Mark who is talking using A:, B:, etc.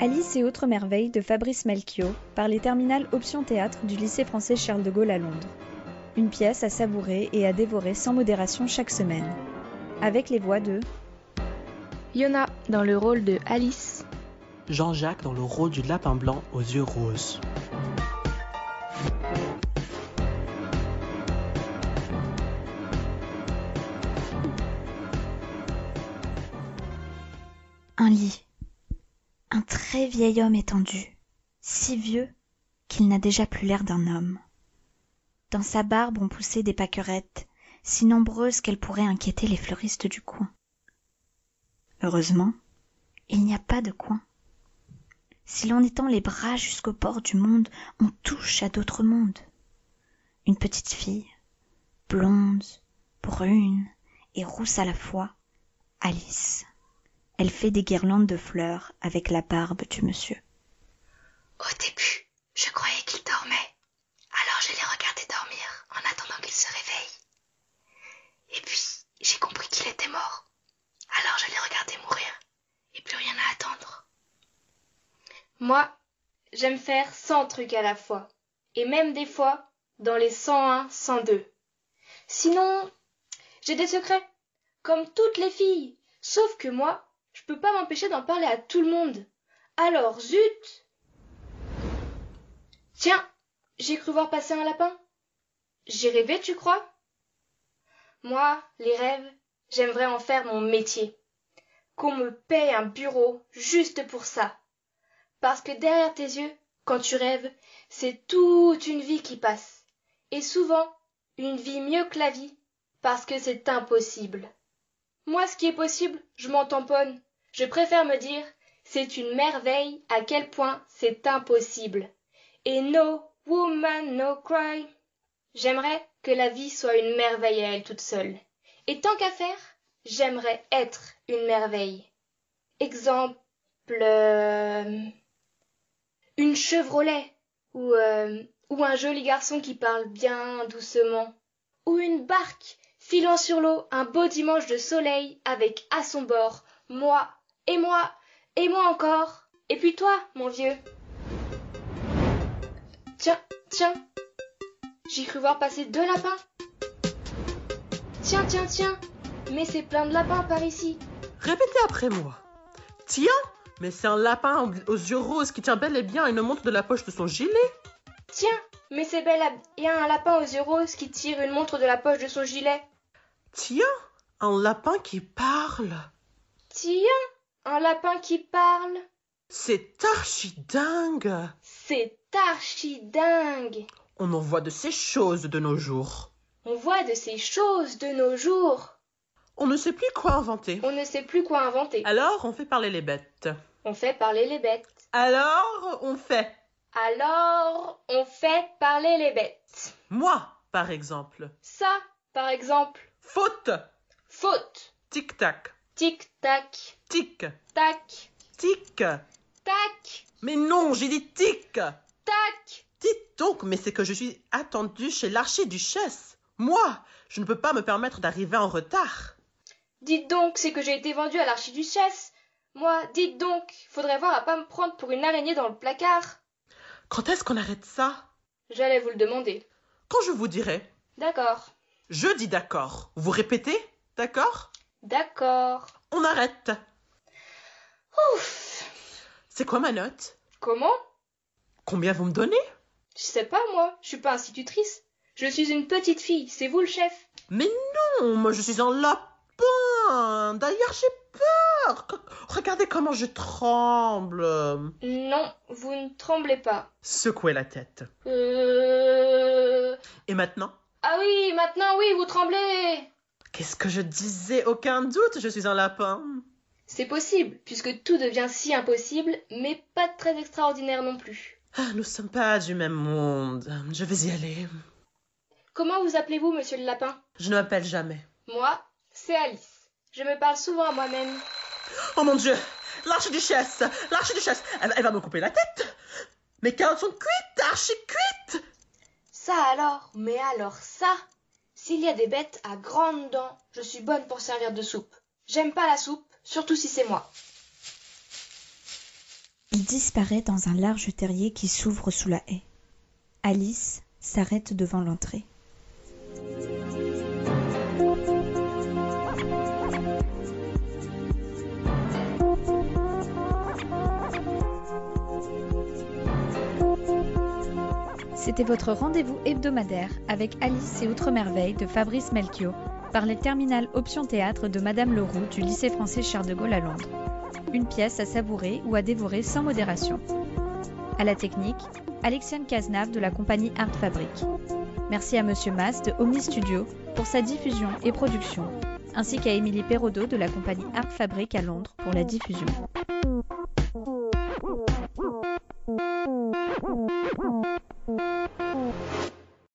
A: Alice et autres merveilles de Fabrice Melchior par les terminales Option Théâtre du lycée français Charles de Gaulle à Londres. Une pièce à savourer et à dévorer sans modération chaque semaine. Avec les voix de
B: Yona dans le rôle de Alice,
C: Jean-Jacques dans le rôle du lapin blanc aux yeux roses.
D: Un lit. Un très vieil homme étendu, si vieux qu'il n'a déjà plus l'air d'un homme. Dans sa barbe ont poussé des paquerettes, si nombreuses qu'elles pourraient inquiéter les fleuristes du coin. Heureusement, il n'y a pas de coin. Si l'on étend les bras jusqu'au port du monde, on touche à d'autres mondes. Une petite fille, blonde, brune et rousse à la fois, Alice. Elle fait des guirlandes de fleurs avec la barbe du monsieur.
E: Au début, je croyais qu'il dormait. Alors je l'ai regardé dormir en attendant qu'il se réveille. Et puis, j'ai compris qu'il était mort. Alors je l'ai regardé mourir. Et plus rien à attendre.
F: Moi, j'aime faire 100 trucs à la fois. Et même des fois, dans les 101, 102. Sinon, j'ai des secrets. Comme toutes les filles. Sauf que moi, je peux pas m'empêcher d'en parler à tout le monde. Alors, zut Tiens, j'ai cru voir passer un lapin. J'ai rêvé, tu crois Moi, les rêves, j'aimerais en faire mon métier. Qu'on me paye un bureau juste pour ça. Parce que derrière tes yeux, quand tu rêves, c'est toute une vie qui passe. Et souvent, une vie mieux que la vie, parce que c'est impossible. Moi, ce qui est possible, je m'en tamponne. Je préfère me dire, c'est une merveille à quel point c'est impossible. Et no woman, no cry. J'aimerais que la vie soit une merveille à elle toute seule. Et tant qu'à faire, j'aimerais être une merveille. Exemple, euh, une Chevrolet ou, euh, ou un joli garçon qui parle bien doucement ou une barque filant sur l'eau un beau dimanche de soleil avec à son bord moi et moi et moi encore et puis toi mon vieux tiens tiens j'ai cru voir passer deux lapins tiens tiens tiens mais c'est plein de lapins par ici
C: Répétez après moi. Tiens, mais c'est un lapin aux yeux roses qui tient bel et bien une montre de la poche de son gilet.
F: tiens mais c'est bel à- il y a un lapin aux yeux roses qui tire une montre de la poche de son gilet
C: Tiens, un lapin qui parle.
F: tiens un lapin qui parle
C: C'est archi dingue.
F: c'est archi dingue
C: On en voit de ces choses de nos jours.
F: on voit de ces choses de nos jours
C: On ne sait plus quoi inventer.
F: on ne sait plus quoi inventer
C: Alors on fait parler les bêtes.
F: on fait parler les bêtes
C: Alors on fait.
F: Alors, on fait parler les bêtes.
C: Moi, par exemple.
F: Ça, par exemple,
C: Faute.
F: faute.
C: Tic-tac.
F: Tic tac,
C: Tic.
F: tac,
C: Tic.
F: tac,
C: Mais non, j'ai dit tic.
F: tac.
C: Dites donc, mais c'est que je suis attendue chez l'archiduchesse. Moi, je ne peux pas me permettre d'arriver en retard.
F: Dites donc, c'est que j'ai été vendue à l'archiduchesse. Moi, dites donc, faudrait voir à pas me prendre pour une araignée dans le placard.
C: Quand est-ce qu'on arrête ça
F: J'allais vous le demander.
C: Quand je vous dirai.
F: D'accord,
C: Je dis d'accord. Vous répétez D'accord
F: d'accord.
C: On arrête.
F: Ouf.
C: C'est quoi ma note
F: Comment
C: Combien vous me donnez
F: Je sais pas, moi, je suis pas institutrice. Je suis une petite fille, c'est vous le chef.
C: Mais non, Hmm, moi je suis un lapin. D'ailleurs, j'ai peur. Regardez comment je tremble.
F: Non, vous ne tremblez pas.
C: Secouez la tête.
F: Euh...
C: Et maintenant
F: Ah oui, maintenant oui, vous tremblez.
C: Qu'est-ce que je disais Aucun doute, je suis un lapin.
F: C'est possible, puisque tout devient si impossible, mais pas très extraordinaire non plus.
C: Ah, nous sommes pas du même monde. Je vais y aller.
F: Comment vous appelez-vous, monsieur le lapin
C: Je ne m'appelle jamais.
F: Moi, c'est Alice. Je me parle souvent à moi-même.
C: Oh mon dieu L'archiduchesse L'archiduchesse elle, elle va me couper la tête Mes carottes sont cuites Archi cuites
F: Ça alors Mais alors ça S'il y a des bêtes à grandes dents, je suis bonne pour servir de soupe. J'aime pas la soupe, surtout si c'est moi.
A: Il disparaît dans un large terrier qui s'ouvre sous la haie. Alice s'arrête devant l'entrée. C'était votre rendez-vous hebdomadaire avec Alice et Outre Merveille de Fabrice Melchior par les terminales Option Théâtre de Madame Leroux du lycée français Charles de Gaulle à Londres. Une pièce à savourer ou à dévorer sans modération. À la technique, Alexiane Cazenave de la compagnie Art Fabric. Merci à Monsieur Mas de Omni Studio pour sa diffusion et production, ainsi qu'à Émilie Perraudot de la compagnie Art Fabric à Londres pour la diffusion.